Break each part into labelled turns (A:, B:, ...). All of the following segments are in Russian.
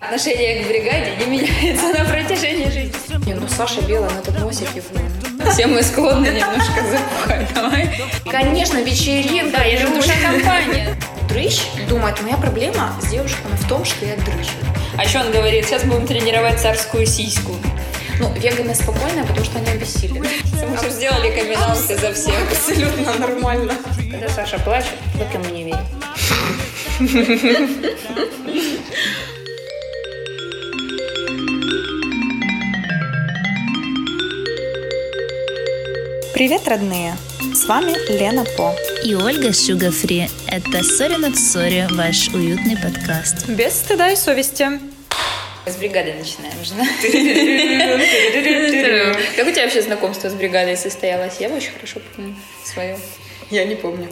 A: Отношение к бригаде не меняется на протяжении жизни. Не, ну Саша Белый, этот носик его. Все мы склонны немножко запухать. Давай. Конечно, вечеринка, я же душа компания. Дрыщ думает, моя проблема с девушками в том, что я дрыщу.
B: А еще он говорит, сейчас будем тренировать царскую сиську.
A: Ну, веганы спокойно, потому что они обессилили.
B: Мы же сделали комбинации за всех.
A: Абсолютно нормально. Когда Саша плачет, вы ко мне верите.
C: Привет, родные! С вами Лена По.
D: И Ольга Шугафри. Это «Сори над сори» ваш уютный подкаст.
C: Без стыда и совести.
A: С бригады начинаем же. Как у тебя вообще знакомство с бригадой состоялось? Я очень хорошо помню свое.
C: Я не помню.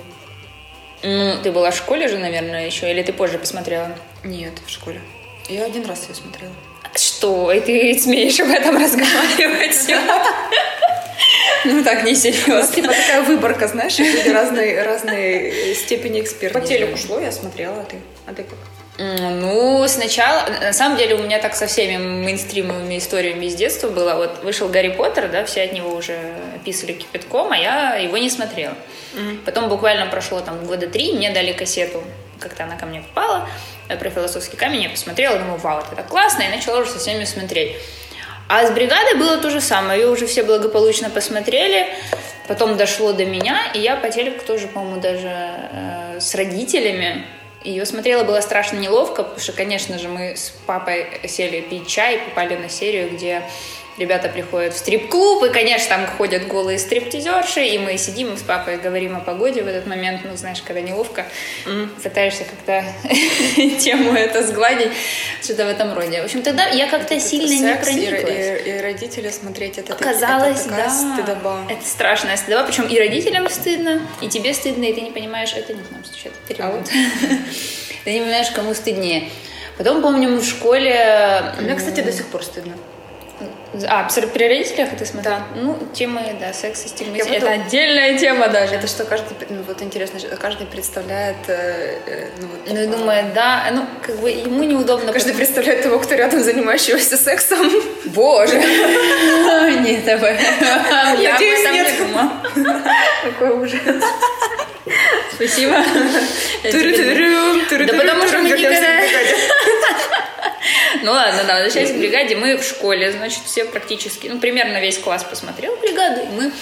A: Ну, ты была в школе же, наверное, еще, или ты позже посмотрела?
C: Нет, в школе. Я один раз ее смотрела.
A: Что? И ты смеешь об этом разговаривать? Ну так, не
C: У нас
A: серьезно.
C: типа такая выборка, знаешь, люди разные, разные степени эксперта. По телеку шло, я смотрела, а ты? А ты как?
A: М, Ну, сначала, на самом деле, у меня так со всеми мейнстримовыми историями из детства было. Вот вышел Гарри Поттер, да, все от него уже писали кипятком, а я его не смотрела. Потом буквально прошло там года три, мне дали кассету, как-то она ко мне попала, э, про философский камень, я посмотрела, думаю, вау, это так классно, и начала уже со всеми смотреть. А с бригадой было то же самое, ее уже все благополучно посмотрели, потом дошло до меня, и я по телеку тоже, по-моему, даже э, с родителями ее смотрела, было страшно неловко, потому что, конечно же, мы с папой сели пить чай, попали на серию, где ребята приходят в стрип-клуб, и, конечно, там ходят голые стриптизерши, и мы сидим и с папой говорим о погоде в этот момент, ну, знаешь, когда неловко, пытаешься как-то тему это сгладить, что-то в этом роде. В общем, тогда я как-то сильно не
C: Секс и-
A: прониклась.
C: и, и родители смотреть это таки-
A: Оказалось,
C: это такая
A: да.
C: стыдоба.
A: Это страшная стыдоба, причем и родителям стыдно, и тебе стыдно, и ты не понимаешь, это не к нам стучат, это
C: А
A: ремонт. Ты не понимаешь, кому стыднее. Потом, помню, мы в школе...
C: А Мне, кстати, до сих пор стыдно.
A: А, при- при родителях это смотрела? Ну, темы, да, секса, стигмы.
C: Я
A: Это
C: потом-
A: отдельная тема даже.
C: Это что каждый, ну вот интересно, что каждый представляет, э, э, ну вот,
A: Ну, и думаю, да, ну, как бы ему неудобно.
C: каждый представляет того, кто рядом занимающегося сексом.
A: Боже! Нет, об этом я об
C: Надеюсь,
A: этом
C: нет.
A: не думала.
C: Какой ужас.
A: Спасибо. Я тебе-
C: Да
A: Да потому что мы никогда... Ну ладно, да, возвращаясь к бригаде, мы в школе, значит, все практически, ну, примерно весь класс посмотрел бригаду, и мы,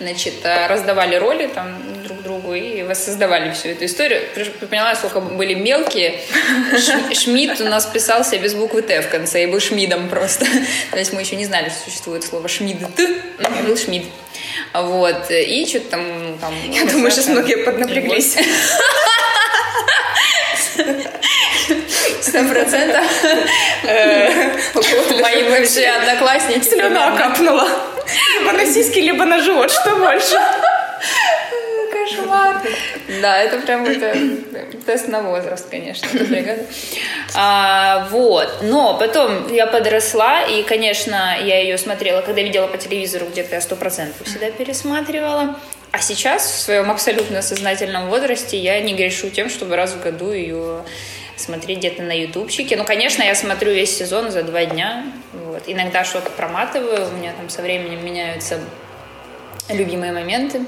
A: значит, э, раздавали роли там друг другу и воссоздавали всю эту историю. Приш- Поняла, сколько мы были мелкие. Ш- Шмидт у нас писался без буквы Т в конце, и был Шмидом просто. То есть мы еще не знали, что существует слово Шмид Т, но был Шмид. Вот, и что-то там... там
C: Я думаю, сейчас многие поднапряглись.
A: Сто процентов. Мои бывшие одноклассники.
C: Слюна
A: примерно.
C: капнула. Либо на сиськи, либо на живот, что больше.
A: Кошмар. Да, это прям это, тест на возраст, конечно. эта бригада. А, вот. Но потом я подросла, и, конечно, я ее смотрела, когда видела по телевизору, где-то я сто процентов всегда пересматривала. А сейчас, в своем абсолютно сознательном возрасте, я не грешу тем, чтобы раз в году ее смотреть где-то на ютубчике. Ну, конечно, я смотрю весь сезон за два дня. Вот. Иногда что-то проматываю, у меня там со временем меняются любимые моменты.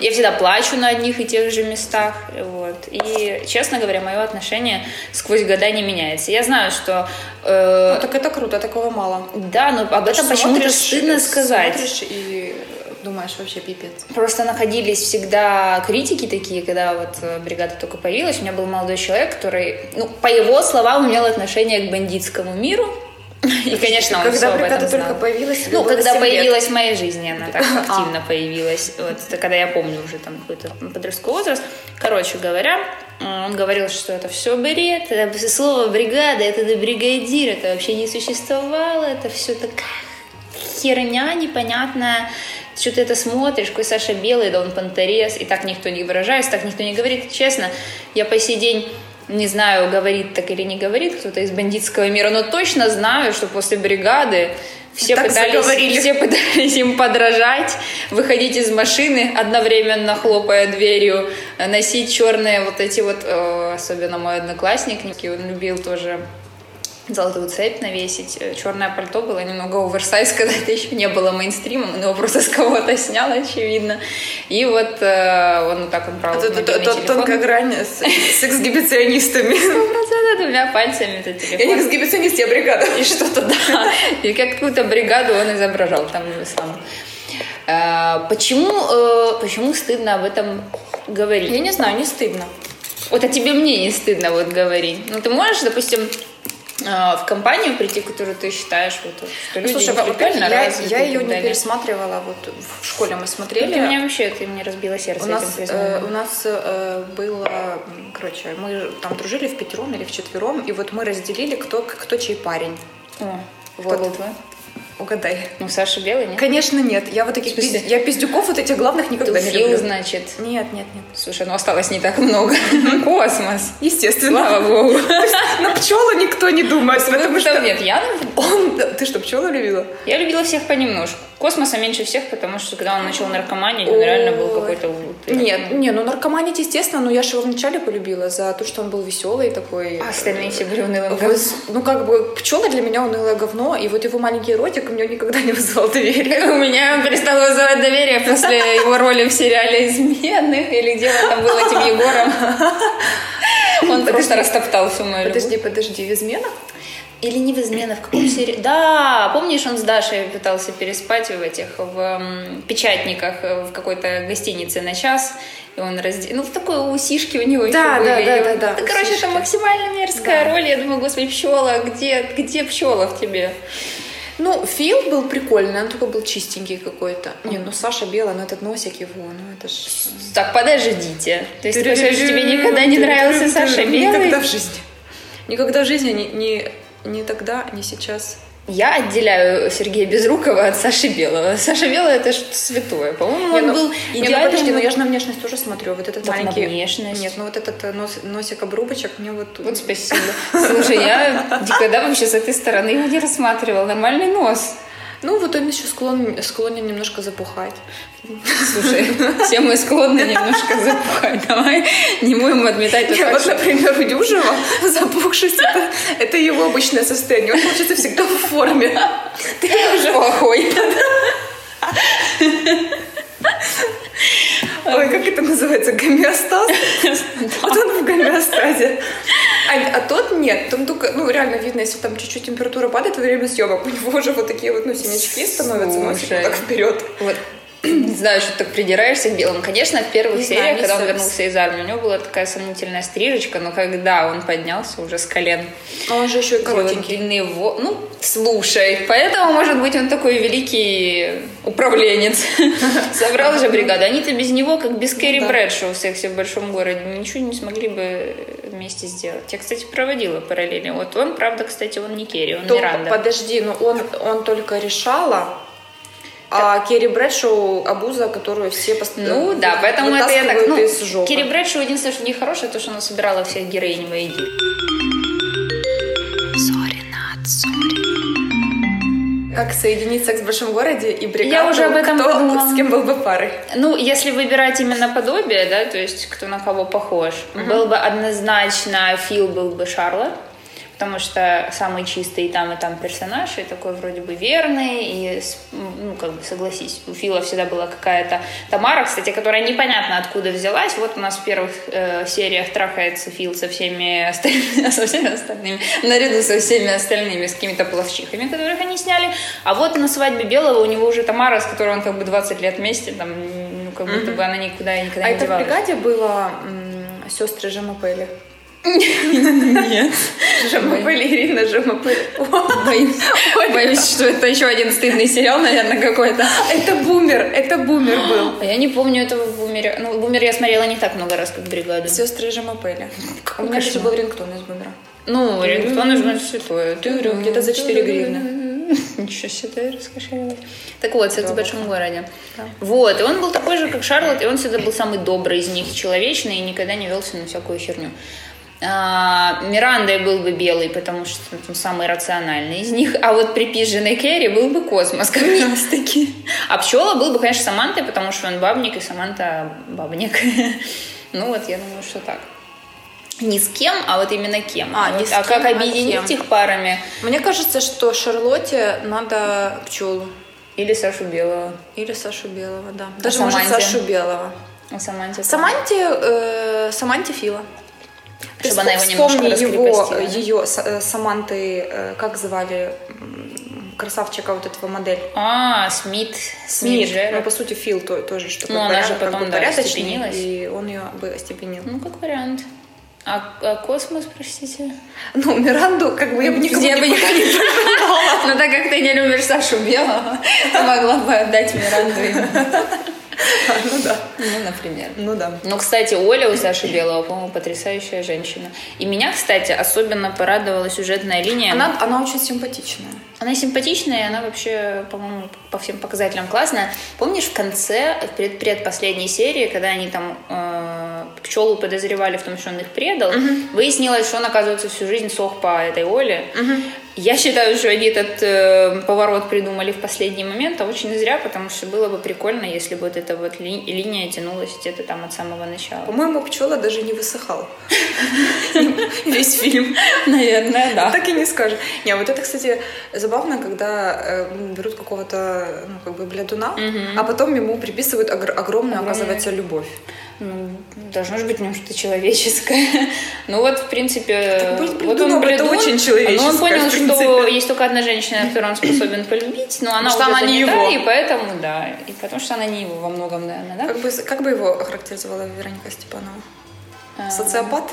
A: Я всегда плачу на одних и тех же местах. Вот. И, честно говоря, мое отношение сквозь года не меняется. Я знаю, что... э,
C: Ну, Так это круто, такого мало.
A: да, но об этом почему-то
C: Ну, Смотришь,
A: стыдно сказать.
C: Смотришь и думаешь, вообще пипец.
A: Просто находились всегда критики такие, когда вот э, бригада только появилась. У меня был молодой человек, который, ну, по его словам, имел отношение к бандитскому миру. И, конечно, он все
C: Когда
A: об этом
C: бригада только
A: знал.
C: появилась, тебе
A: Ну,
C: было
A: когда
C: 7 лет. А.
A: появилась в моей жизни, она так активно появилась. Вот это когда я помню уже там какой-то подростковый возраст. Короче говоря, м, он говорил, что это все бред, это слово бригада, это до бригадир, это вообще не существовало, это все такая херня непонятная. Что ты это смотришь, какой Саша Белый, да он понторез, и так никто не выражается, так никто не говорит. Честно, я по сей день не знаю, говорит так или не говорит кто-то из бандитского мира, но точно знаю, что после бригады все
C: Так
A: пытались,
C: заговорили.
A: все пытались им подражать, выходить из машины, одновременно хлопая дверью, носить черные вот эти вот, э, особенно мой одноклассник, он любил тоже золотую цепь навесить. Э, Черное пальто было немного оверсайз, когда это еще не было мейнстримом, но его просто с кого-то снял, очевидно. И вот э, он вот так вот брал
C: А Это
A: мобильный
C: т- т-
A: телефон.
C: тонкая грань с, с эксгибиционистами.
A: Да-да-да, двумя пальцами это
C: Я не
A: телефон.
C: эксгибиционист, я бригада.
A: И что-то да. И как какую-то бригаду он изображал там же сам. Э, Почему, э, почему стыдно об этом говорить?
C: Я не знаю, не стыдно.
A: Вот а тебе мне не стыдно вот говорить. Ну, ты можешь, допустим, э, в компанию прийти, которую ты считаешь, вот, что люди
C: Ну,
A: а
C: Слушай, во-первых,
A: интеллектуально
C: я,
A: развиты
C: я
A: и
C: ее
A: так
C: не
A: далее.
C: пересматривала. Вот в школе мы
A: Ну,
C: смотрели.
A: Ты меня вообще, ты мне разбила сердце
C: У
A: этим
C: нас, э,
A: признанием.
C: у нас э, было, м, короче, мы ж- там дружили в пятером или в четвером, и вот мы разделили, кто, кто чей парень.
A: О,
C: вот.
A: Кто был твой?
C: Угадай.
A: Ну, Саша Белый, нет?
C: Конечно, нет. Я вот таких
A: В смысле?
C: пиз- я пиздюков вот этих главных никогда не
A: Туфил,
C: люблю.
A: значит.
C: Нет, нет, нет.
A: Слушай, ну осталось не так много. Космос.
C: Естественно.
A: Слава богу.
C: На пчелу никто не думает, потому
A: Потому
C: что...
A: нет, я, ну,
C: Он... Ты что, пчелу любила?
A: я любила всех понемножку. Космоса меньше всех, потому что когда он начал наркоманить, он реально был
C: Ой.
A: какой-то... вот, э,
C: Нет, не, ну наркоманить, естественно, но я же его вначале полюбила за то, что он был веселый такой.
A: А остальные все были унылым
C: Вот, ну, как бы, пчела для меня унылое говно, и вот его маленький ротик у меня никогда не вызывал доверия.
A: У меня перестало вызывать доверие после его роли в сериале «Измены» или где он там был этим Егором. Он просто растоптал всю мою любовь.
C: Подожди, подожди, в изменах?
A: Или не в «Изменах», в каком сериале? Да, помнишь, он с Дашей пытался переспать в этих, в м, печатниках, э, в какой-то гостинице на час. И он разде... Ну, в такой усишки у него
C: Да,
A: еще
C: да,
A: были.
C: да,
A: И
C: да,
A: он-
C: да,
A: это, Короче, это
C: усишки.
A: максимально мерзкая роль. Я думаю, господи, пчела, где, где пчела в тебе?
C: Ну, Фил был прикольный, он такой был чистенький какой-то. Не, ну Саша Белая, ну этот носик его, ну это ж...
A: Так, подождите. То есть, ты хочешь, тебе никогда не нравился Саша Белый?
C: Никогда в жизни. Никогда в жизни, не, не, не тогда, не сейчас.
A: Я отделяю Сергея Безрукова от Саши Белого. Саша Белый это что-то святое. По-моему,
C: Не,
A: он
C: ну-
A: был
C: Не, ну подожди,
A: идеальным.
C: ну я же на внешность тоже смотрю. Вот этот
A: Так, на
C: маленький...
A: внешность.
C: Нет, ну вот этот э, нос- носик обрубочек мне вот...
A: Вот спасибо. Слушай, я никогда вообще с этой стороны его не рассматривала. Нормальный нос.
C: Ну вот он еще склон, склонен немножко запухать.
A: Слушай, все мы склонны немножко запухать. Давай не будем отметать тот
C: Я
A: факт,
C: вот,
A: что-
C: например, у Дюжева запухшись, это, это его обычное состояние. Он, получается, всегда в форме.
A: Ты уже плохой.
C: Ой, как это называется? Гомеостаз? Вот он в гомеостазе. А, а тот нет, там только, ну, реально видно, если там чуть-чуть температура падает во время съемок, у него уже вот такие вот, ну, синячки становятся, носик вот
A: Слушай.
C: так вперед.
A: Вот. Не знаю, что ты так придираешься к белому. Конечно, в первых
C: Не знаю,
A: сериях,
C: не
A: когда он
C: совесть.
A: вернулся из армии, у него была такая сомнительная стрижечка, но когда он поднялся уже с колен,
C: А он же еще и
A: делал длинные во... Ну, слушай, поэтому, может быть, он такой великий управленец. Собрал же бригаду. Они-то без него, как без Кэрри
C: Ну да.
A: Брэдшоу в «Сексе в большом городе», ничего не смогли бы вместе сделать. Я, кстати, проводила параллели. Вот он, правда, кстати, он не Керри, он
C: То-
A: Миранда.
C: подожди, но он, он только решала, а Керри Брэдшоу обуза, которую все пост-
A: Ну да, поэтому это я так...
C: вытаскивают
A: Ну,
C: из жопы.
A: Кири Брэдшоу единственное, что нехорошее, то, что она собирала всех героинь воедино.
C: Как соединить секс в большом городе и бригаду?
A: Я уже об этом
C: кто
A: подумала.
C: с кем был бы парой?
A: Ну, если выбирать именно подобие, да, то есть кто на кого похож, был бы однозначно Фил был бы Шарлот, потому что самый чистый и там, и там персонаж, и такой вроде бы верный, и, с- ну, как бы, согласись, у Фила всегда была какая-то Тамара, кстати, которая непонятно откуда взялась, вот у нас в первых э, сериях трахается Фил со всеми, остальными, со всеми остальными, наряду со всеми остальными, с какими-то плавчихами, которых они сняли, а вот на свадьбе Белого у него уже Тамара, с которой он как бы 20 лет вместе, там, ну, как будто бы она никуда и никогда
C: а
A: не
C: это в
A: девалась.
C: бригаде было м, сестры Жема Пелли.
A: Нет.
C: Жема Пелли, Ирина Жема Пелли.
A: Боюсь, боюсь, что это еще один стыдный сериал, наверное, какой-то.
C: Это бумер, это бумер был.
A: А Я не помню этого в «Бумере». Ну, «Бумер» я смотрела не так много раз, как «Бригаду».
C: Сестры Жема Пелли. У
A: Какой
C: меня даже
A: кошмар.
C: был рингтон из бумера.
A: Ну, рингтон нужно святое.
C: Тю-рю, где-то за 4
A: гривны. Ничего себе, ты раскошелилась. Так вот, «Секс в большом городе».
C: Да.
A: Вот, и он был такой же, как Шарлот, и он всегда был самый добрый из них, человечный, и никогда не велся на всякую херню. А, Мирандой был бы белый, потому что он самый рациональный из них, а вот припизженный Керри был бы космос, как раз таки. А пчела был бы, конечно, Самантой, потому что он бабник, и Саманта бабник. Ну вот, я думаю, что так. не с кем, а вот именно кем.
C: А,
A: Вот,
C: не с
A: а как
C: кем, а
A: объединить
C: кем.
A: их парами?
C: Мне кажется, что Шарлотте надо пчелу.
A: Или Сашу Белого.
C: Или Сашу Белого, да. Даже, может,
A: А Саманте?
C: Сашу Белого.
A: А Саманте?
C: Саманте, э, Саманте Фила. Ты
A: Чтобы она его
C: вспом-
A: немножко
C: вспомни его,
A: раскрепостила.
C: ее, Са- э, Саманты, э, как звали м, красавчика вот этого модель?
A: А, Смит. Смит.
C: Ну,
A: Джерард.
C: по сути, Фил то- тоже, что
A: Ну, она
C: поря-
A: же потом,
C: как бы
A: да,
C: порядочнее,
A: остепенилась.
C: и он ее бы остепенил.
A: Ну, как вариант. А, а космос, простите?
C: Ну, Миранду, как бы я бы никому
A: Где
C: не
A: бы я не пожелала. Но так как ты не любишь Сашу Белого, ты могла бы отдать Миранду ему.
C: Ну да.
A: Ну, например.
C: Ну да.
A: Ну, кстати, Оля у Саши Белого, по-моему, потрясающая женщина. И меня, кстати, особенно порадовала сюжетная линия.
C: Она, она очень симпатичная.
A: Она симпатичная, и она вообще, по-моему, по всем показателям классная. Помнишь в конце, в пред- предпоследней серии, когда они там э, пчелу подозревали в том, что он их предал, выяснилось, что он, оказывается, всю жизнь сох по этой Оле. Я считаю, что они этот э, поворот придумали в последний момент, а очень зря, потому что было бы прикольно, если бы вот эта вот ли- линия тянулась где-то там от самого начала.
C: По-моему, пчела даже не высыхал. Весь фильм.
A: Наверное, да.
C: Так и не скажешь. Не, вот это, кстати, забавно, когда э, м, берут какого-то, ну, как бы, блядуна, а потом ему приписывают огр- огромную, оказывается, любовь.
A: Ну, должно же быть в нем что-то человеческое. Ну вот, в принципе,
C: Так быть
A: вот
C: бледуном,
A: он
C: это
A: бледун,
C: очень человеческое,
A: Но он понял,
C: в
A: что
C: принципе.
A: есть только одна женщина, которую он способен полюбить, но она
C: Потому что
A: уже
C: она не
A: занята,
C: его.
A: и поэтому, да, и потому что она не его во многом, наверное, да?
C: Как бы, как бы его охарактеризовала Вероника Степанова?
A: А,
C: Социопат?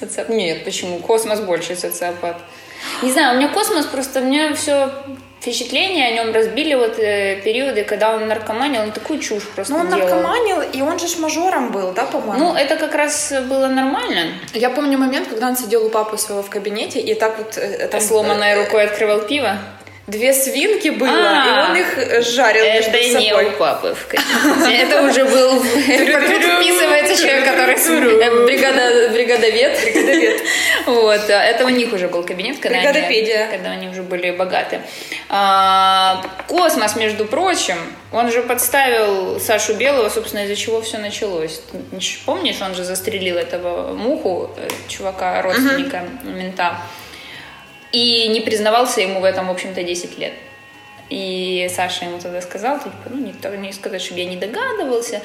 A: соци- Нет, почему? Космос больше социопат. Не знаю, у меня космос просто, у меня все впечатление о нем разбили вот э, периоды, когда он наркоманил, он такую чушь просто
C: Ну, он
A: делал.
C: наркоманил, и он же ж мажором был, да, по-моему?
A: Ну, это как раз было нормально.
C: я помню момент, когда он сидел у папы своего в кабинете, и так вот... э, там,
A: Сломанной
C: э,
A: рукой открывал пиво.
C: Две свинки было,
A: А.
C: и он их э, жарил
A: Это
C: между
A: не у
C: собой.
A: папы. в кабинете. Это уже был... Тут вписывается человек, который... с- э, бригада- Бригадовед. Вот. а, Это у них уже был кабинет, когда они...
C: Бригадопедия.
A: Когда они уже были богаты. А, Космос, между прочим, он же подставил Сашу Белого, собственно, из-за чего все началось. Ты ж Помнишь, он же застрелил этого муху, э, чувака, родственника, мента. И не признавался ему в этом, в общем-то, 10 лет. И Саша ему тогда сказал, типа, ну, не, то- не сказать, чтобы я не догадывался.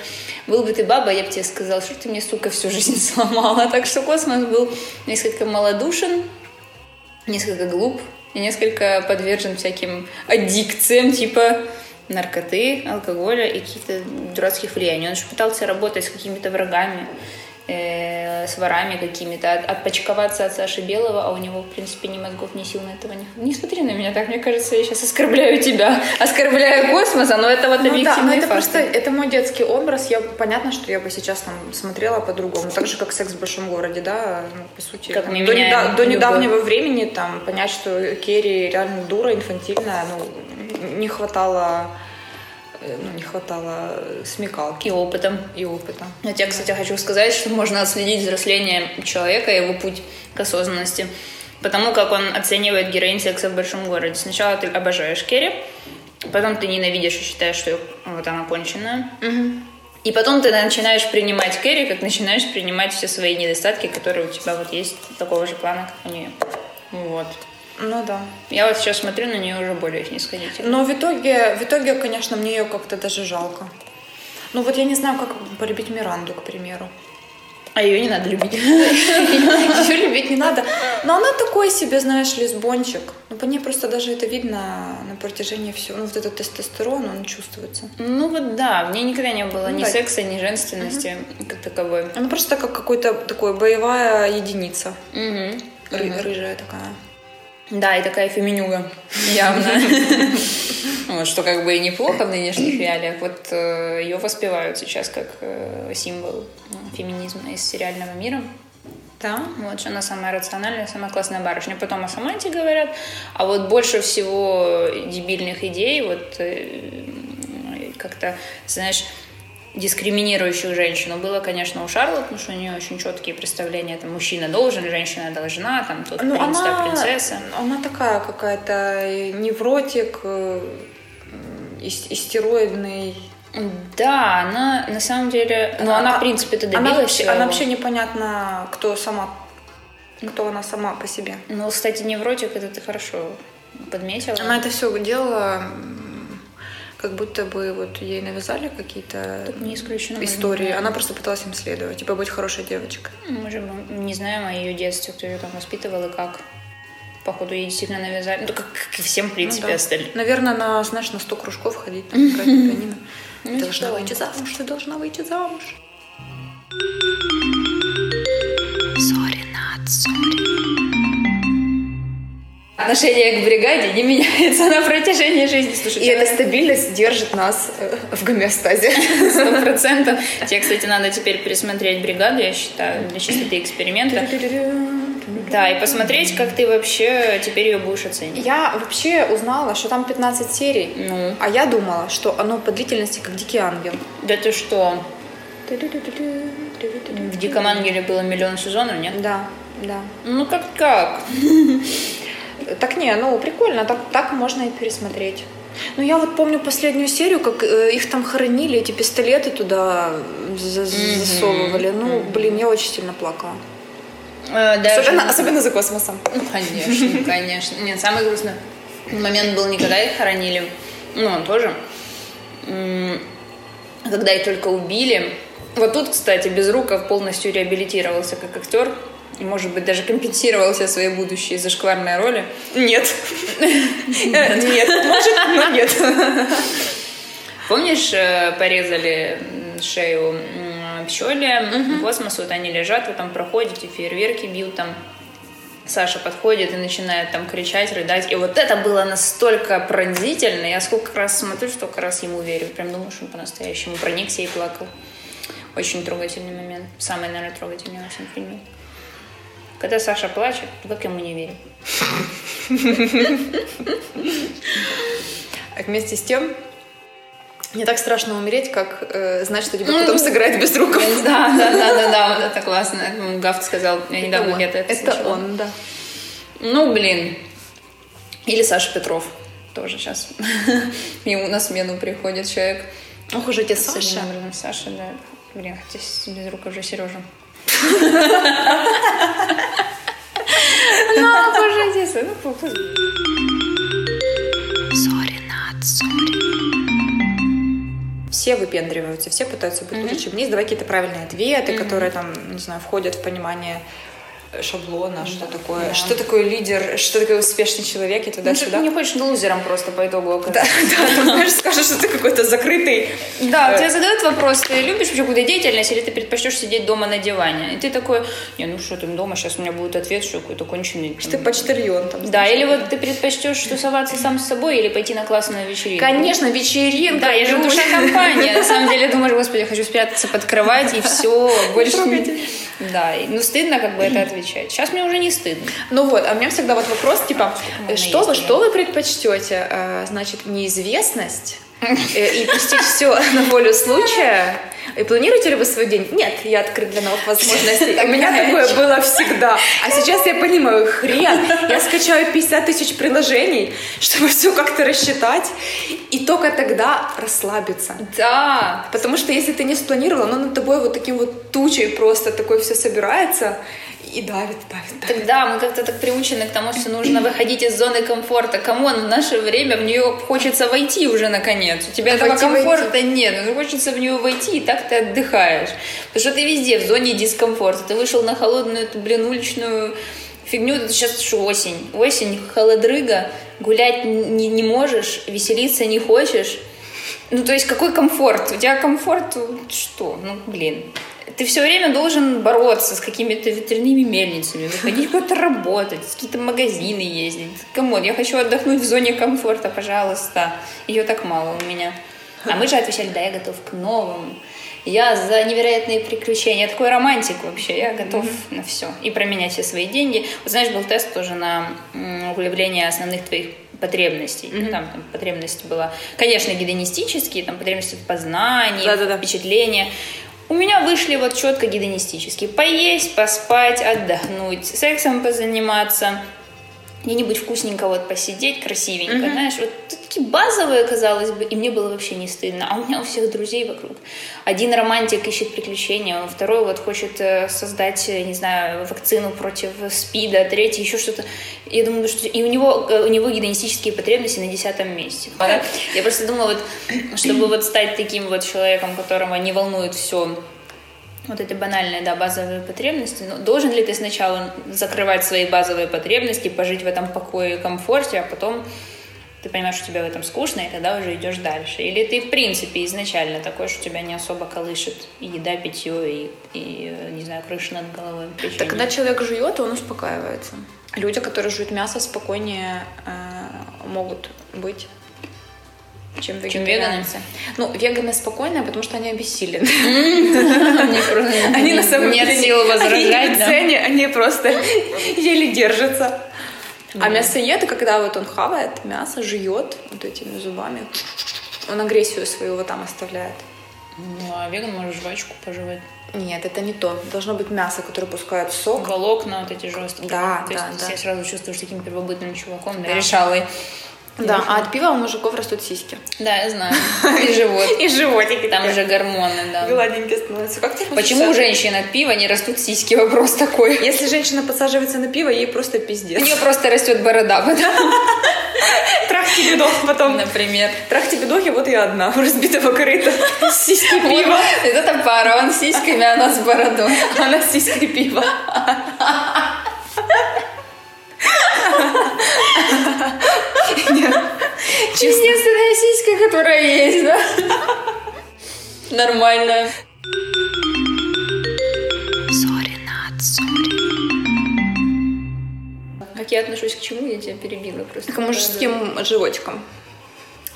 A: Был бы ты баба, я бы тебе сказал, что ты мне, сука, всю жизнь сломала. Так что космос был несколько малодушен, несколько глуп и несколько подвержен всяким аддикциям, типа наркоты, алкоголя и каких-то дурацких влияний. Он же пытался работать с какими-то врагами, э, с ворами какими-то, от- отпочковаться от Саши Белого, а у него, в принципе, ни мозгов, ни сил на этого не... Не смотри на меня так, мне кажется, я сейчас оскорбляю тебя, оскорбляю космоса, но это вот
C: Ну да, но
A: объективные
C: это
A: факты.
C: просто, это мой детский образ. Я понятно, что я бы сейчас там смотрела по-другому, так же как секс в большом городе, да, ну, по сути.
A: Как
C: там,
A: мы
C: до,
A: меняем
C: неда- до
A: любовь.
C: недавнего времени там понять, что Керри реально дура, инфантильная, ну не хватало, э, ну не хватало смекалки
A: И опытом.
C: и опыта.
A: Вот я, кстати, хочу сказать, что можно отследить взросление человека, его путь к осознанности. Потому как он оценивает героинь секса в большом городе. Сначала ты обожаешь Керри, потом ты ненавидишь и считаешь, что вот она конченая. И потом ты начинаешь принимать Керри, как начинаешь принимать все свои недостатки, которые у тебя вот есть такого же плана, как у нее. Вот.
C: Ну да.
A: Я вот сейчас смотрю на нее уже более снисходительно.
C: Но в итоге, в итоге, конечно, мне ее как-то даже жалко. Ну вот я не знаю, как полюбить Миранду, к примеру.
A: А ее не надо любить.
C: Ее любить не надо. Но она такой себе, знаешь, лесбончик. Ну, по ней просто даже это видно на протяжении всего. Ну, вот этот тестостерон, он чувствуется.
A: Ну вот да, в ней никогда не было ни
C: да.
A: секса, ни женственности как таковой.
C: Она просто как какой-то такой боевая единица.
A: Мгм.
C: Ры- Рыжая такая.
A: Да, и такая феминюга, явно. Вот, Что как бы и неплохо в нынешних реалиях. Вот ее воспевают сейчас как э, символ э, феминизма из сериального мира.
C: Да?
A: Вот, что она самая рациональная, самая классная барышня. Потом о Саманте говорят. А вот больше всего дебильных идей, вот э, м, как-то, знаешь, дискриминирующих женщину было, конечно, у Шарлот, потому что у нее очень четкие представления, там, мужчина должен, женщина должна, там, тут
C: Ну,
A: принц, та
C: она,
A: принцесса.
C: она такая какая-то невротик, э, м, ис- истероидный.
A: Да, она на самом деле, ну она,
C: А-
A: в принципе, это
C: Она
A: добилась э,
C: вообще,
A: своего.
C: она вообще непонятно, кто сама кто она сама по себе.
A: Ну, кстати, невротик, это ты хорошо подметила.
C: Она это все делала, м, как будто бы вот ей навязали какие-то
A: Тут не исключено.
C: истории.
A: возможно.
C: Она просто пыталась им следовать, типа быть хорошей девочкой.
A: Ну, Мы же не знаем о ее детстве, кто ее там воспитывал и как. Походу, ей действительно навязали. Ну, как, как и всем, в принципе,
C: Ну да.
A: остальным.
C: Наверное, она, знаешь, на 100 кружков ходить, там, играть на пианино.
A: Ну,
C: Ты должна
A: типа.
C: выйти замуж, ты должна выйти замуж.
A: Отношение к бригаде не меняется на протяжении жизни. Слушай,
C: И эта стабильность держит нас э, в гомеостазе.
A: сто процентов. Тебе, кстати, надо теперь пересмотреть бригаду, я считаю, для чистоты эксперимента. Да, и посмотреть, как ты вообще теперь ее будешь оценивать.
C: Я вообще узнала, что там 15 серий.
A: Ну,
C: А я думала, что оно по длительности как «Дикий ангел».
A: да ты что? В Диком Ангеле было миллион сезонов, нет?
C: Да, да.
A: Ну как как?
C: Так не, ну прикольно, так, так можно и пересмотреть. Ну, я вот помню последнюю серию, как э, их там хоронили, эти пистолеты туда за- засовывали. Ну, блин, я очень сильно плакала.
A: Э, даже-
C: Особенно, особенно за космосом.
A: Ну, конечно, конечно. Нет, самый грустный момент был не когда их хоронили, ну, он тоже, М, когда их только убили. Вот тут, кстати, Безруков полностью реабилитировался как актер, и, может быть, даже компенсировал все свои будущие зашкварные роли.
C: Нет. Э, Нет, может, но нет.
A: Помнишь, э, порезали м, шею м, пчеле, космос, вот они лежат, вы там проходите, фейерверки бьют там. Саша подходит и начинает там кричать, рыдать. И вот это было настолько пронзительно. Я сколько раз смотрю, столько раз ему верю. Прям думаю, что он по-настоящему проникся и плакал. Очень трогательный момент. Самый, наверное, трогательный во всем фильме. Когда Саша плачет, то как ему не верю?
C: А вместе с тем, не так страшно умереть, как э, знать, что тебя потом сыграет без рук.
A: Да, да, да, да, да, вот это классно. Гафт сказал, я недавно где-то это
C: Это
A: слышала.
C: он, да.
A: Ну, блин. Или Саша Петров тоже сейчас. Ему на смену приходит человек.
C: Ох уж эти
A: с одним
C: Саша.
A: именем Саша, да. Блин, хотя с- без рук уже Сережа. Ну, боже, Одесса, ну, похуй.
C: Все выпендриваются, все пытаются быть лучше, чем есть, давать какие-то правильные ответы, которые там, не знаю, входят в понимание э, шаблона, что такое, что такое лидер, что такое успешный человек и
A: Ну, ты
C: туда-сюда.
A: не хочешь лузером просто по итогу
C: Да,
A: оказаться.
C: да, ты знаешь, скажешь, что ты какой-то закрытый.
A: Да, тебе задают вопрос, ты любишь вообще какую-то деятельность, или ты предпочтешь сидеть дома на диване? И ты такой, не, ну что там дома, сейчас у меня будет ответ, что я какой-то конченый. там,
C: Ты почтальон там.
A: Да, или вот ты предпочтешь тусоваться сам с собой или пойти на классную вечеринку.
C: Конечно, вечеринка.
A: Да, я же душа компания. На самом деле, думаешь, господи, я хочу спрятаться под кровать и все, больше не... Да, и- ну стыдно как бы это отвечать. Сейчас мне уже не стыдно.
C: Ну вот, а у меня всегда вот вопрос, типа,
A: у меня
C: что
A: есть
C: вы,
A: уже.
C: что вы предпочтете? Э, Значит, неизвестность э, и пустить все на волю случая? И планируете ли вы свой день? Нет, я открыт для новых возможностей. У меня такое было всегда. А сейчас я понимаю, хрен, я скачаю 50 тысяч приложений, чтобы все как-то рассчитать, и только тогда расслабиться.
A: Да.
C: Потому что если ты не спланировала, оно над тобой вот таким вот тучей просто такое все собирается и давит, давит, давит.
A: Тогда мы как-то так приучены к тому, что нужно выходить из зоны комфорта. Камон, в наше время в нее хочется войти уже наконец. У тебя этого
C: Войти,
A: комфорта нет. Ну, хочется в нее войти, и так ты отдыхаешь. Потому что ты везде в зоне дискомфорта. Ты вышел на холодную, эту, блин, уличную фигню. Это сейчас что, осень? Осень, холодрыга. Гулять не, не можешь, веселиться не хочешь. Ну, то есть, какой комфорт? У тебя комфорт э, что? Ну, блин. Ты все время должен бороться с какими-то ветряными мельницами, выходить куда-то работать, в какие-то магазины ездить. Камон, я хочу отдохнуть в зоне комфорта, пожалуйста. Ее так мало у меня. А мы же отвечали, да, я готов к новому. Я за невероятные приключения. Я такой романтик вообще. Я готов на все. И променять все свои деньги. Вот знаешь, был тест тоже на м, выявление основных твоих потребностей. Ну, там, там потребность была, конечно, гедонистические, там потребности в познании,
C: Да-да-да.
A: впечатления. У меня вышли вот четко гедонистические. Поесть, поспать, отдохнуть, сексом позаниматься, где-нибудь вкусненько вот посидеть, красивенько, знаешь, вот такие базовые, казалось бы, и мне было вообще не стыдно, а у меня у всех друзей вокруг. Один романтик ищет приключения, второй вот хочет э, создать, э, не знаю, вакцину против СПИДа, третий еще что-то. Я думаю, что и у него, э, у него гедонистические потребности на десятом месте. Я просто думаю, вот, чтобы вот стать таким вот человеком, которого не волнует все вот эти банальные, да, базовые потребности. Но должен ли ты сначала закрывать свои базовые потребности, пожить в этом покое и комфорте, а потом ты понимаешь, что тебе в этом скучно, и тогда уже идешь дальше. Или ты, в принципе, изначально такой, что тебя не особо колышет и еда, питье, и, и, э, не знаю, крыша над головой.
C: Так
A: печенье.
C: когда человек жует, он успокаивается. Люди, которые жуют мясо, спокойнее э, могут быть, чем веганы.
A: Чем веганы?
C: Ну, веганы спокойные, потому что они обессилены.
A: Мне просто
C: Они на самом
A: нет
C: деле...
A: сил
C: Они не
A: возражать,
C: в
A: да.
C: цене, они просто еле держатся. А мясоед, когда вот он хавает мясо, жует вот этими зубами, он агрессию свою вот там оставляет.
A: Ну, а веган может жвачку пожевать.
C: Нет, это не то. Должно быть мясо, которое пускает сок.
A: Волокна вот эти жесткие.
C: Да,
A: То
C: да,
A: есть
C: да.
A: себя сразу чувствуешь таким первобытным чуваком, да, решалой.
C: Да, а от пива у мужиков растут сиськи.
A: Да, я знаю. И живот.
C: И животики
A: Там же гормоны, да.
C: Гладенькие становятся. Как ты относишься?
A: Почему у женщин от пива не растут сиськи? Вопрос такой.
C: Если женщина подсаживается на пиво, ей просто
A: У
C: пиздец.
A: нее просто растет борода, потом,
C: Трахти бедов потом.
A: например.
C: Трахти бедохи, вот я одна, у разбитого корыта. С Сиськи пива.
A: Вот Это пара, он с сиськами, а она с бородой.
C: Она с сиськой пива.
A: Единственная сиська, которая есть, да? Нормально. Как я отношусь к чему? Я тебя перебила просто.
C: К мужским животикам.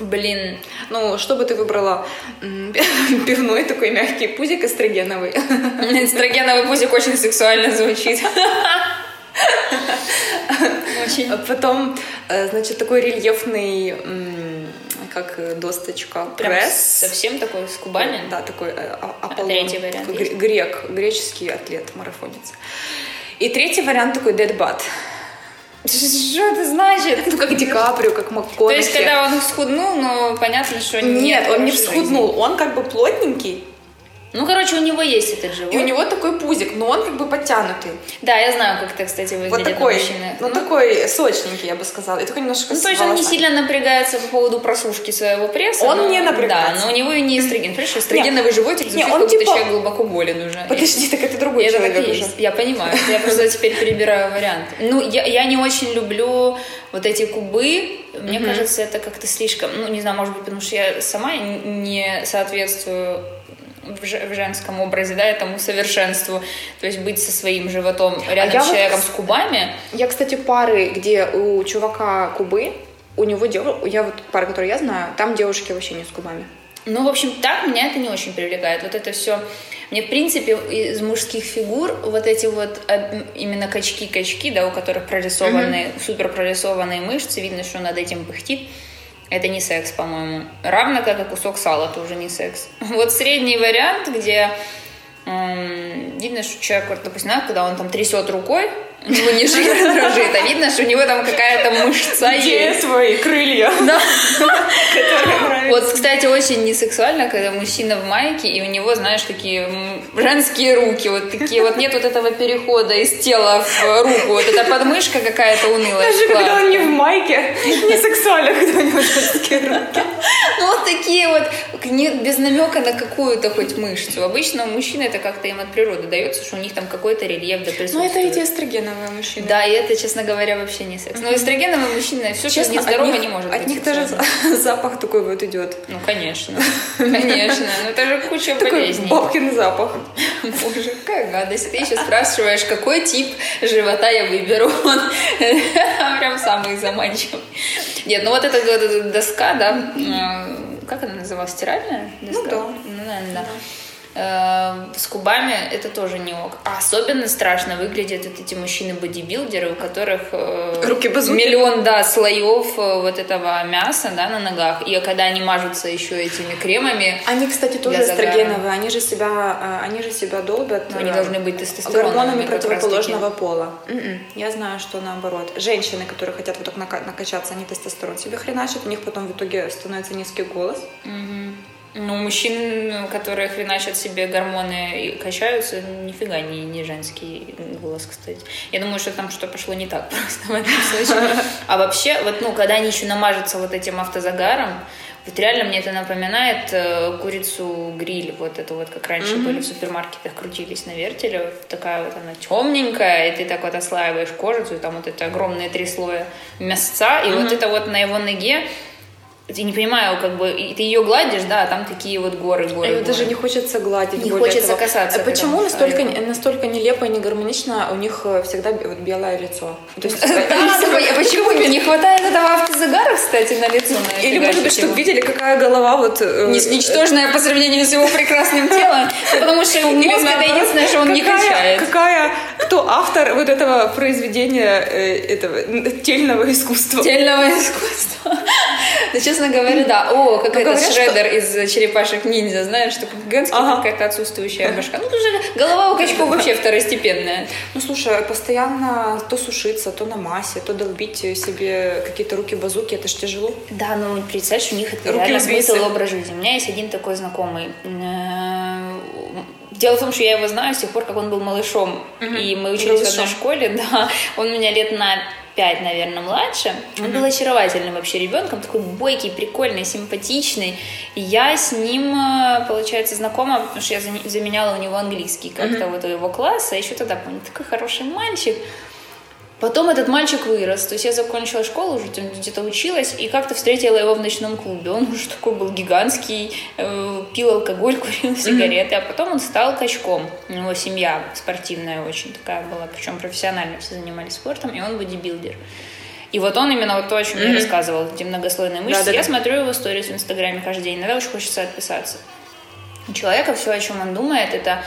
A: Блин,
C: Ну, что бы ты выбрала? М, Пивной такой мягкий пузик эстрогеновый.
A: эстрогеновый пузик очень сексуально звучит. Очень.
C: А Потом, э, значит, такой рельефный, м, как э, досточка, пресс.
A: совсем такой с Кубани?
C: Да, такой э, а- Аполлон.
A: третий вариант
C: Такой гре- Грек, греческий атлет, марафонец. И третий вариант такой дедбат.
A: Что это значит?
C: Ну, как Ди Каприо, как
A: То
C: МакКонахи.
A: есть, когда он всхуднул, но понятно, что
C: Нет, он не
A: хорошей
C: всхуднул, он как бы плотненький,
A: жизни. Ну, короче, у него есть этот
C: и у
A: живот.
C: него такой пузик, но он как бы подтянутый.
A: Да, я знаю, как это, кстати, выглядит
C: Вот
A: у
C: такой,
A: мужчины.
C: ну, такой сочненький, я бы сказала. И такой немножко
A: Ну, то есть
C: с
A: он не
C: волосами.
A: сильно напрягается по поводу просушки своего пресса.
C: Он
A: но-
C: не напрягается.
A: Да, но у него и не эстроген. Понимаешь, эстрогеновый животик звучит,
C: Не,
A: как
C: он
A: будто
C: типа-
A: человек глубоко болен уже.
C: Подожди, так это другой
A: Я так
C: человек
A: и
C: уже.
A: есть. Я понимаю. Я просто теперь перебираю вариант. Ну, я, я не очень люблю вот эти кубы. Мне кажется, это как-то слишком... Ну, не знаю, может быть, потому что я сама н- не соответствую в, же- в женском образе, да, этому совершенству. То есть быть со своим животом рядом
C: А я
A: с
C: вот-
A: человеком с кубами.
C: Я, кстати, пары, где у чувака кубы, у него девушка, я вот пары, которые я знаю, там девушки вообще не с кубами.
A: Ну, в общем, так меня это не очень привлекает. Вот это все. Мне, в принципе, из мужских фигур вот эти вот э, м, именно качки-качки, да, у которых прорисованы, супер прорисованные мышцы, видно, что над этим пыхтит. Это не секс, по-моему. Равно как и кусок сала, это уже не секс. Вот средний вариант, где м, видно, что человек, вот, допустим, знаешь, когда он там трясет рукой, у него не жир дрожит, а видно, что у него там какая-то мышца есть.
C: свои крылья?
A: Да.
C: Которые нравятся.
A: Вот, кстати, очень несексуально, когда мужчина в майке, и у него, знаешь, такие м, женские руки, вот такие, вот нет вот этого перехода из тела в руку, вот эта подмышка какая-то унылая.
C: Даже когда
A: вкладка.
C: он не в майке, не сексуально, когда у него женские руки.
A: Ну, вот такие вот, к- не- без намека на какую-то хоть мышцу. Обычно у мужчин это как-то им от природы дается, что у них там какой-то рельеф да
C: Ну, это
A: присутствует.
C: эти эстрогеновые мужчины.
A: Да, и это, честно говоря, вообще не секс. Но эстрогеновый мужчина все, что нездорово, не может
C: от
A: быть
C: них даже
A: сексуально.
C: за- запах такой вот идет.
A: Ну, конечно, конечно. Ну, это же куча
C: Такой
A: болезней.
C: бабкин запах.
A: Боже, какая гадость. Ты еще спрашиваешь, какой тип живота я выберу. Он прям самый заманчивый. Нет, ну вот эта вот эта доска, да, э, как она называлась, стиральная доска?
C: да.
A: Ну, наверное, да. Э, С кубами это тоже не ок. А особенно страшно выглядят вот эти мужчины-бодибилдеры, у которых э,
C: Руки базуки.
A: миллион да, слоев э, вот этого мяса да, на ногах. И когда они мажутся еще этими кремами,
C: Они, кстати, тоже
A: Для загара.
C: эстрогеновые, они же себя, а, они же себя долбят
A: Ну, они
C: э,
A: должны быть тестостероновыми
C: гормонами
A: как раз-таки.
C: противоположного пола. Мгм. Я знаю, что наоборот. Женщины, которые хотят вот так нака- накачаться, они тестостерон себе хреначат, у них потом в итоге становится низкий голос.
A: Ну, мужчин, которые хреначат себе гормоны и качаются, нифига не, не женский голос, кстати. Я думаю, что там что пошло не так просто в этом случае. А вообще, вот, ну, когда они еще намажутся вот этим автозагаром, вот реально мне это напоминает э, курицу гриль, вот эту вот, как раньше были в супермаркетах, крутились на вертеле, вот такая вот она темненькая, и ты так вот ослаиваешь кожицу, и там вот это огромные три слоя мясца, и вот это вот на его ноге, я не понимаю, как бы, и ты ее гладишь, да, а там такие вот горы, горы.
C: Её
A: горы.
C: Э, даже не хочется гладить.
A: Не
C: более
A: хочется
C: того.
A: касаться,
C: А Почему
A: потому что
C: настолько,
A: они-
C: настолько нелепо и негармонично у них э, всегда бе- вот белое лицо? То есть, э,
A: А, такой, а почему не хватает этого автозагара, кстати, на лицо? на
C: Или,
A: фига
C: может быть,
A: чего?
C: чтобы видели, какая голова вот... э,
A: Ни- Ничтожное по сравнению с его прекрасным телом, потому что мозг это
C: наоборот,
A: единственное, что он не
C: э, какая-
A: качает.
C: Какая, кто автор вот этого произведения, э, этого н- тельного искусства?
A: Тельного искусства. Да, честно говоря, да. О, как этот
C: Ну, говорят,
A: Шредер из «Черепашек ниндзя», знаешь, такой гигантский,
C: Ага.
A: какая-то отсутствующая башка. Ну, тут же голова у качков вообще второстепенная.
C: Ну, слушай, постоянно то сушиться, то на массе, то долбить себе какие-то руки-базуки, это ж тяжело.
A: Да, ну представляешь, у них это
C: Руки
A: реально
C: убийцы.
A: смысл образ жизни. У меня есть один такой знакомый. Э, Дело в том, что я его знаю с тех пор, как он был малышом. И мы учились в одной
C: Голышом.
A: школе, да. Он у меня лет на пять, наверное, младше. Он был очаровательным вообще ребенком, такой бойкий, прикольный, симпатичный. И я с ним, э, получается, знакома, потому что я зам- заменяла у него английский как-то вот у его класса. Я еще тогда помню, такой хороший мальчик. Потом этот мальчик вырос, то есть я закончила школу, уже там где-то училась, и как-то встретила его в ночном клубе. Он уже такой был гигантский, э, пил алкоголь, курил сигареты, а потом он стал качком. У него семья спортивная очень такая была, причем профессионально все занимались спортом, и он бодибилдер. И вот он именно вот то, о чем я рассказывала, эти многослойные мышцы.
C: Да-да-да.
A: я смотрю его сторис в Инстаграме каждый день, иногда очень хочется отписаться. У человека все, о чем он думает, это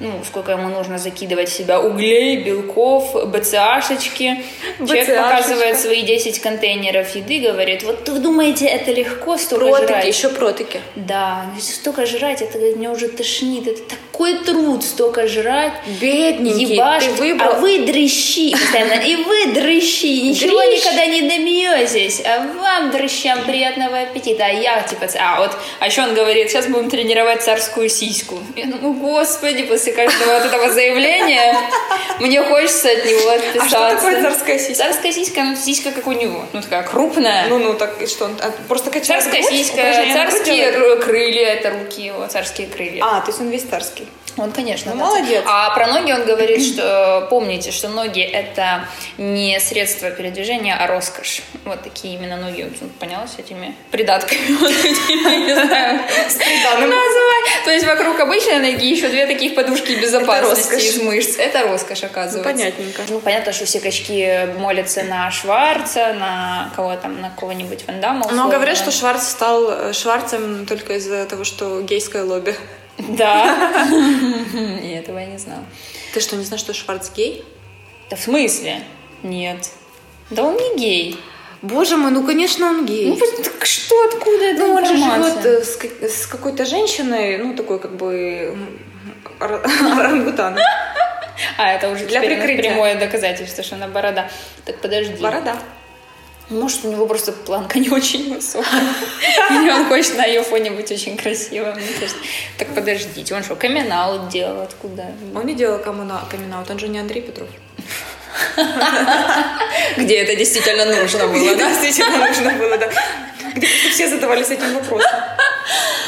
A: ну, сколько ему нужно закидывать в себя углей, белков, БЦАшечки. Человек
C: БЦАшечка.
A: показывает свои 10 контейнеров еды, говорит, вот вы думаете, это легко столько жрать?
C: еще протыки.
A: Да, ну, если столько жрать, это говорит, меня уже тошнит, это такой труд столько жрать.
C: Бедненький,
A: Ебашит,
C: ты
A: а
C: выбрал...
A: вы дрыщи постоянно, и вы дрыщи, ничего
C: Дрыщ.
A: никогда не добьетесь, а вам, дрыщам, приятного аппетита, а я, типа, ц- а вот, а еще он говорит, сейчас будем тренировать царскую сиську. Я думаю, господи, после каждого вот этого заявления мне хочется от него
C: А
A: отписаться.
C: что такое царская сиська?
A: Царская сиська, ну, сиська, как у него, ну, такая крупная.
C: Ну, ну, так и что? он- а, Просто качает
A: Царская
C: грудь,
A: сиська,
C: упражнение на грудь
A: царские
C: делает?
A: ры- крылья, это руки его, царские крылья.
C: А, то есть он весь царский.
A: Он, конечно,
C: Ну,
A: да.
C: молодец.
A: А про ноги он говорит, что э, помните, что ноги это не средство передвижения, а роскошь. Вот такие именно ноги, он понял, с этими придатками. Вот этими, не знаю, с
C: приданым.
A: называй. То есть вокруг обычной ноги еще две таких подушки безопасности
C: роскошь.
A: из мышц. Это роскошь, оказывается.
C: Ну, понятненько.
A: Ну, понятно, что все качки молятся на Шварца, на кого там, на кого-нибудь Ван Дамма.
C: Но
A: условно.
C: говорят, что Шварц стал э, Шварцем только из-за того, что гейское лобби.
A: Да. И этого я не знала.
C: Ты что, не знаешь, что Шварц гей?
A: Да в смысле? Нет. Да он не гей.
C: Боже мой, ну конечно он гей.
A: Ну вот так что, откуда эта
C: Ну, он же
A: информация?
C: живет э, с, ка- с какой-то женщиной, ну, такой как бы м, ора- орангутан.
A: А, это уже
C: Для
A: для
C: прикрытия.
A: прямое доказательство, что она борода. Так подожди.
C: Борода.
A: Может, у него просто планка не очень высокая. Или он хочет на ее фоне быть очень красивым. мне кажется. Так подождите, он что, камин делал? Откуда?
C: Он не делал камин-аут, он же не Андрей Петров.
A: Где это действительно нужно было, да?
C: Действительно нужно было, да. Где просто все задавались этим вопросом.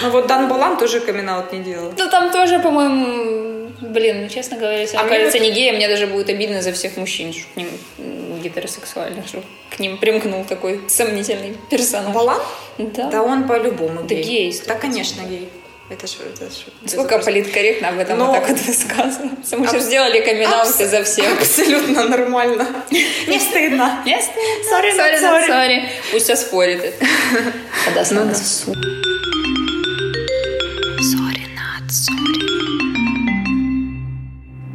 C: Ну вот Дан Балан тоже камин-аут не делал.
A: Ну там тоже, по-моему, блин, ну честно говоря, если
C: А
A: он
C: мне
A: кажется
C: вот-
A: не геем, мне даже будет обидно за всех мужчин, что к ним м, гетеросексуальных, что к ним примкнул такой сомнительный персонаж.
C: Балан?
A: Да.
C: Да он по-любому
A: Да
C: гей.
A: гей,
C: Да, конечно, гей. Это ж... это ж- без
A: Сколько
C: вопросов.
A: политкорректно об этом
C: Но-
A: вот так вот высказываться. Мы сейчас сделали камин за всех.
C: Абсолютно нормально. Не стыдно.
A: Yes?
C: Sorry,
A: Sorry,
C: not
A: not
C: sorry.
A: sorry. Пусть оспорит это.
C: Ну
A: Подаст на нас в суд.
D: Соринат, соринат.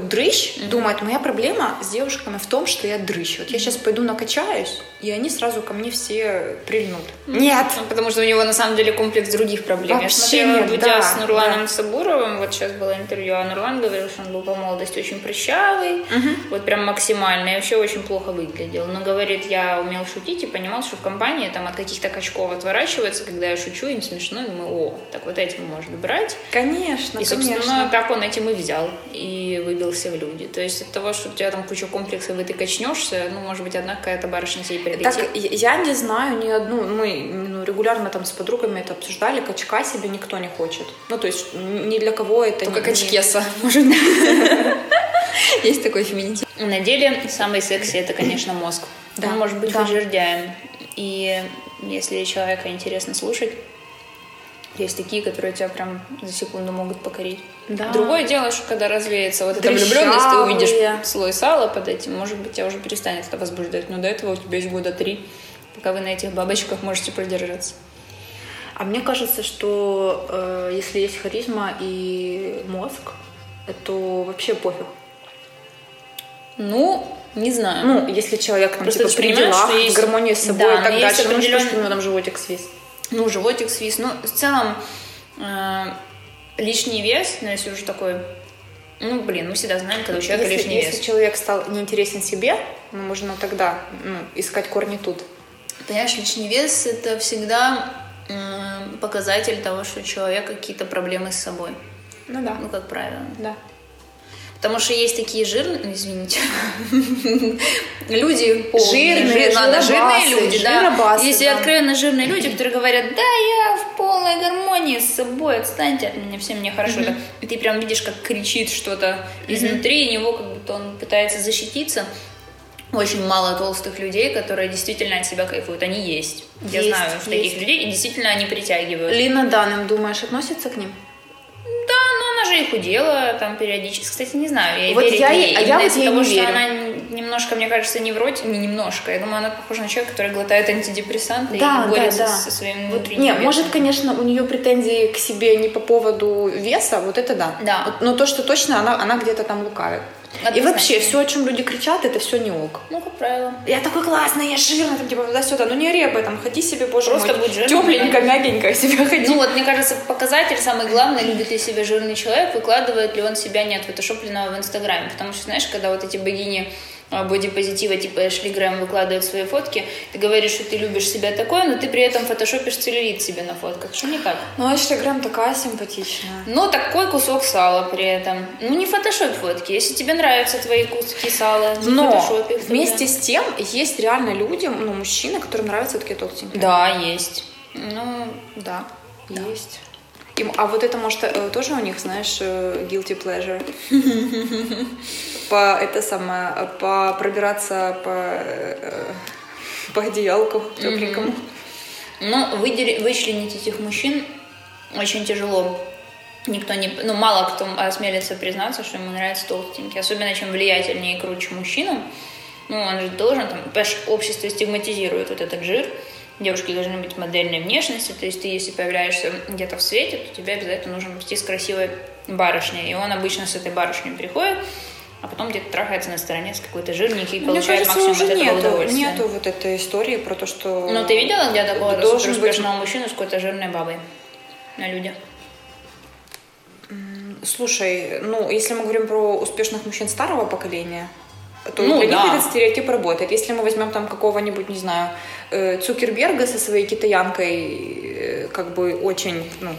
C: дрыщ, думает, моя проблема с девушками в том, что я дрыщ. Вот я сейчас пойду накачаюсь, и они сразу ко мне все прильнут. Нет!
A: Потому что у него на самом деле комплекс других проблем.
C: Вообще
A: я смотрела
C: нет,
A: Дудя
C: да,
A: с Нурланом
C: да.
A: Сабуровым, вот сейчас было интервью, а Нурлан говорил, что он был по молодости очень прыщавый, вот прям максимально, и вообще очень плохо выглядел. Но говорит, я умел шутить и понимал, что в компании там от каких-то качков отворачивается, когда я шучу, им смешно, и мы, о, так вот этим можно брать.
C: Конечно,
A: И, собственно,
C: Ну, конечно.
A: так он этим и взял, и выбился в люди. То есть от того, что у тебя там куча комплексов, и ты качнешься, ну, может быть, одна какая-то барышня тебе прилетит.
C: Так, я я не знаю ни одну, мы ну, регулярно там с подругами это обсуждали, качка себе никто не хочет. Ну, то есть ни для кого это...
B: Только
C: не-
B: качкеса, может быть. Есть такой феминитив.
A: На деле самый секси это, конечно, мозг.
C: Да.
A: Он может быть
C: Да.
A: жердяем. И если человека интересно слушать, есть такие, которые тебя прям за секунду могут покорить.
C: Да.
A: Другое дело, что когда развеется вот эта
C: Дрыщавые.
A: влюбленность, ты увидишь слой сала под этим, может быть, тебя уже перестанет это возбуждать. Но до этого у тебя есть года три, пока вы на этих бабочках можете продержаться.
C: А мне кажется, что э, если есть харизма и мозг, то вообще пофиг.
A: Ну, не знаю.
C: Ну, если человек там,
A: Просто
C: типа,
A: ты же
C: при
A: понимаешь,
C: делах,
A: что есть-
C: в гармонии с собой
A: Да,
C: и
A: но
C: так
A: есть
C: дальше, ну, что, ж
A: определен-
C: ты у него там животик свист.
A: ну, животик свист. Ну, в целом, э, лишний вес, но если уже такой... Ну, блин, мы всегда знаем, когда у человека
C: если,
A: лишний
C: если
A: вес.
C: человек стал неинтересен себе, ну, можно тогда ну, искать корни тут.
A: Понимаешь, лишний вес — это всегда м, показатель того, что у человека какие-то проблемы с собой.
C: Ну да.
A: Ну, как правило.
C: Да.
A: Потому что есть такие жирные... ну, Извините. Люди полные.
C: Жирные,
A: жир- надо,
C: жирнобасы,
A: жирные люди, да.
C: жиробасы,
A: Если
C: да.
A: откровенно жирные люди, которые говорят, да, я в полной гармонии с собой, отстаньте от меня, всем мне хорошо. так». И ты прям видишь, как кричит что-то изнутри него, как будто он пытается защититься. Очень мало толстых людей, которые действительно от себя кайфуют. Они есть. Я
C: Есть,
A: знаю, что
C: есть.
A: таких людей, и действительно они притягивают.
C: Лина Данным, думаешь, относится к ним?
A: Ну, она же и худела там периодически. Кстати, не знаю, я ей
C: Вот
A: верить
C: я
A: ей.
C: ей- а
A: Именно
C: я вот
A: из-за
C: ей
A: того,
C: не
A: что
C: верю.
A: она немножко, мне кажется, невротик, не немножко. Я думаю, она похожа на человека, который глотает антидепрессанты
C: Да,
A: и борется
C: да, да.
A: со своим
C: Вот,
A: внутренним
C: не,
A: весом.
C: может, конечно, у нее претензии к себе не по поводу веса, вот это да.
A: Да.
C: Вот, Но то, что точно она, она где-то там лукавит. И
A: Однозначно.
C: вообще, все, о чем люди кричат, это все не ок.
A: Ну, как правило.
C: Я такой классный, я жирный, там, типа, туда-сюда. Ну, не ори об этом, ходи себе, боже
A: Просто
C: мой.
A: будь жирным,
C: Тепленько, мягенько себя ходи.
A: Ну вот, мне кажется, показатель самый главный, любит ли себя жирный человек, выкладывает ли он себя не отфотошопленного в Инстаграме. Потому что, знаешь, когда вот эти богини а, бодипозитива, типа Эшли Грэм, выкладывают свои фотки, ты говоришь, что ты любишь себя такое, но ты при этом фотошопишь целлюлит себе на фотках. Что никак.
C: Ну, Инстаграм такая симпатичная.
A: Но такой кусок сала при этом. Ну, не фотошоп фотки. Если тебе нравятся твои куски сала, не
C: Но
A: фотошопь их
C: вместе
A: тогда.
C: с тем есть реально люди, ну, мужчины, которым нравятся вот такие толстенькие.
A: Да, есть. Ну, да.
C: Есть. Им- а вот это, может, э, тоже у них, знаешь, э, guilty pleasure? По, это самое, э, по пробираться по, э, по одеялку тепленькому.
A: Но выдели- вычленить этих мужчин очень тяжело. Никто не... Ну, мало кто осмелится признаться, что ему нравятся толстенькие. Особенно, чем влиятельнее и круче мужчина. Ну, он же должен там... Понимаешь, общество стигматизирует вот этот жир. Девушки должны быть модельной внешности. То есть ты, если появляешься где-то в свете, то тебе обязательно нужно пойти с красивой барышней. И он обычно с этой барышней приходит, а потом где-то трахается на стороне с какой-то жирненькой и
C: Мне
A: получает
C: кажется,
A: максимум от
C: уже
A: этого
C: нету,
A: удовольствия.
C: нету вот этой истории про то, что...
A: Ну, ты видела, где такого
C: Должен быть.
A: успешного мужчину с какой-то жирной бабой на людях?
C: Слушай, ну, если мы говорим про успешных мужчин старого поколения, то
A: Ну,
C: для них
A: да.
C: этот стереотип работает. Если мы возьмем там какого-нибудь, не знаю, э, Цукерберга со своей китаянкой, э, как бы очень, ну,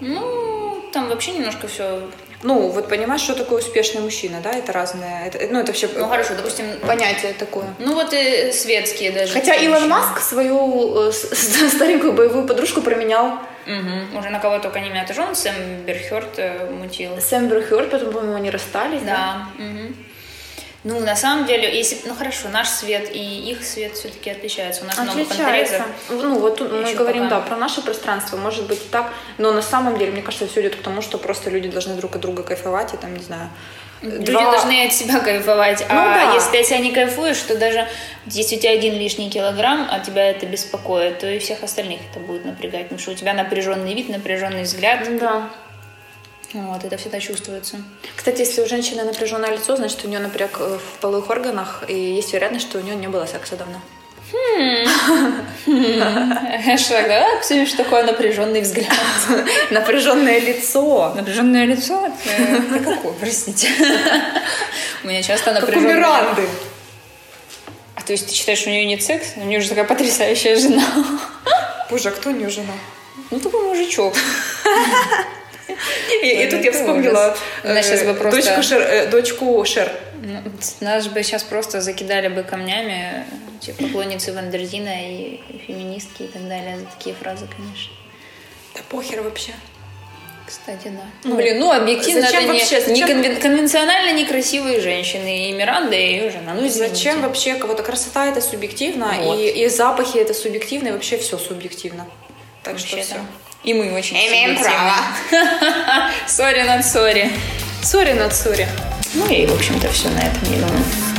A: Ну, там вообще немножко все...
C: ну, вот понимаешь, что такое успешный мужчина, да, это разное, это, ну, это вообще
A: Ну, хорошо, допустим...
C: понятие такое.
A: Ну, вот и светские даже.
C: Хотя Илон
A: мужчины.
C: Маск свою э, с- с- старенькую боевую подружку променял
A: Мгм. Уже на кого только не отожен, Сэм Берхерт э, мутил.
C: Сэм Берхиор, потом, по-моему, они расстались,
A: Да. мгм. Ну, на самом деле, если... Ну, хорошо, наш свет и их свет все-таки отличаются. У нас много
C: Отличается.
A: контрезов.
C: Ну, вот тут мы
A: Ещё
C: говорим,
A: пока.
C: да, про наше пространство, может быть и так, но на самом деле, мне кажется, все идет к тому, что просто люди должны друг от друга кайфовать и там, не знаю,
A: Люди
C: два-
A: должны от себя кайфовать.
C: Ну
A: а
C: да.
A: если ты от себя не кайфуешь, то даже если у тебя один лишний килограмм, а тебя это беспокоит, то и всех остальных это будет напрягать. Потому что у тебя напряженный вид, напряженный взгляд.
C: Да.
A: Вот, это всегда чувствуется.
C: Кстати, если у женщины напряженное лицо, значит, у нее напряг э, в половых органах, и есть вероятность, что у нее не было секса давно.
A: Хэштег, да? Все время «А, что такое напряженный взгляд.
C: Напряженное лицо.
A: Напряженное лицо? Э, Какое, простите. У меня часто
C: Как у
A: напряженное...
C: Миранды.
A: А то есть ты считаешь, у нее нет секса? У нее же такая потрясающая жена.
C: Боже, а кто у нее жена?
A: Ну, такой мужичок.
C: И, и тут я
A: Ужас.
C: вспомнила э,
A: У нас сейчас бы просто-
C: дочку, Шер, э, дочку Шер.
A: Ну, Нас бы сейчас просто закидали бы камнями, типа поклонницы Вандерзина и феминистки и так далее за такие фразы, конечно.
C: Да похер вообще.
A: Кстати, да. Блин, ну объективно
C: зачем
A: это не,
C: вообще?
A: не
C: Зачем?
A: конвен- конвенционально некрасивые женщины. И Миранда, и ее жена. Ну, извините.
C: Зачем вообще кого-то? Красота это субъективно,
A: Вот.
C: и, и запахи это субъективно, и вообще все субъективно. Так
A: Вообще-то.
C: что
A: И мы очень
C: Имеем
A: Сори над сори.
C: все. Сори над сори.
A: Ну и, в общем-то, все на этом, я думаю.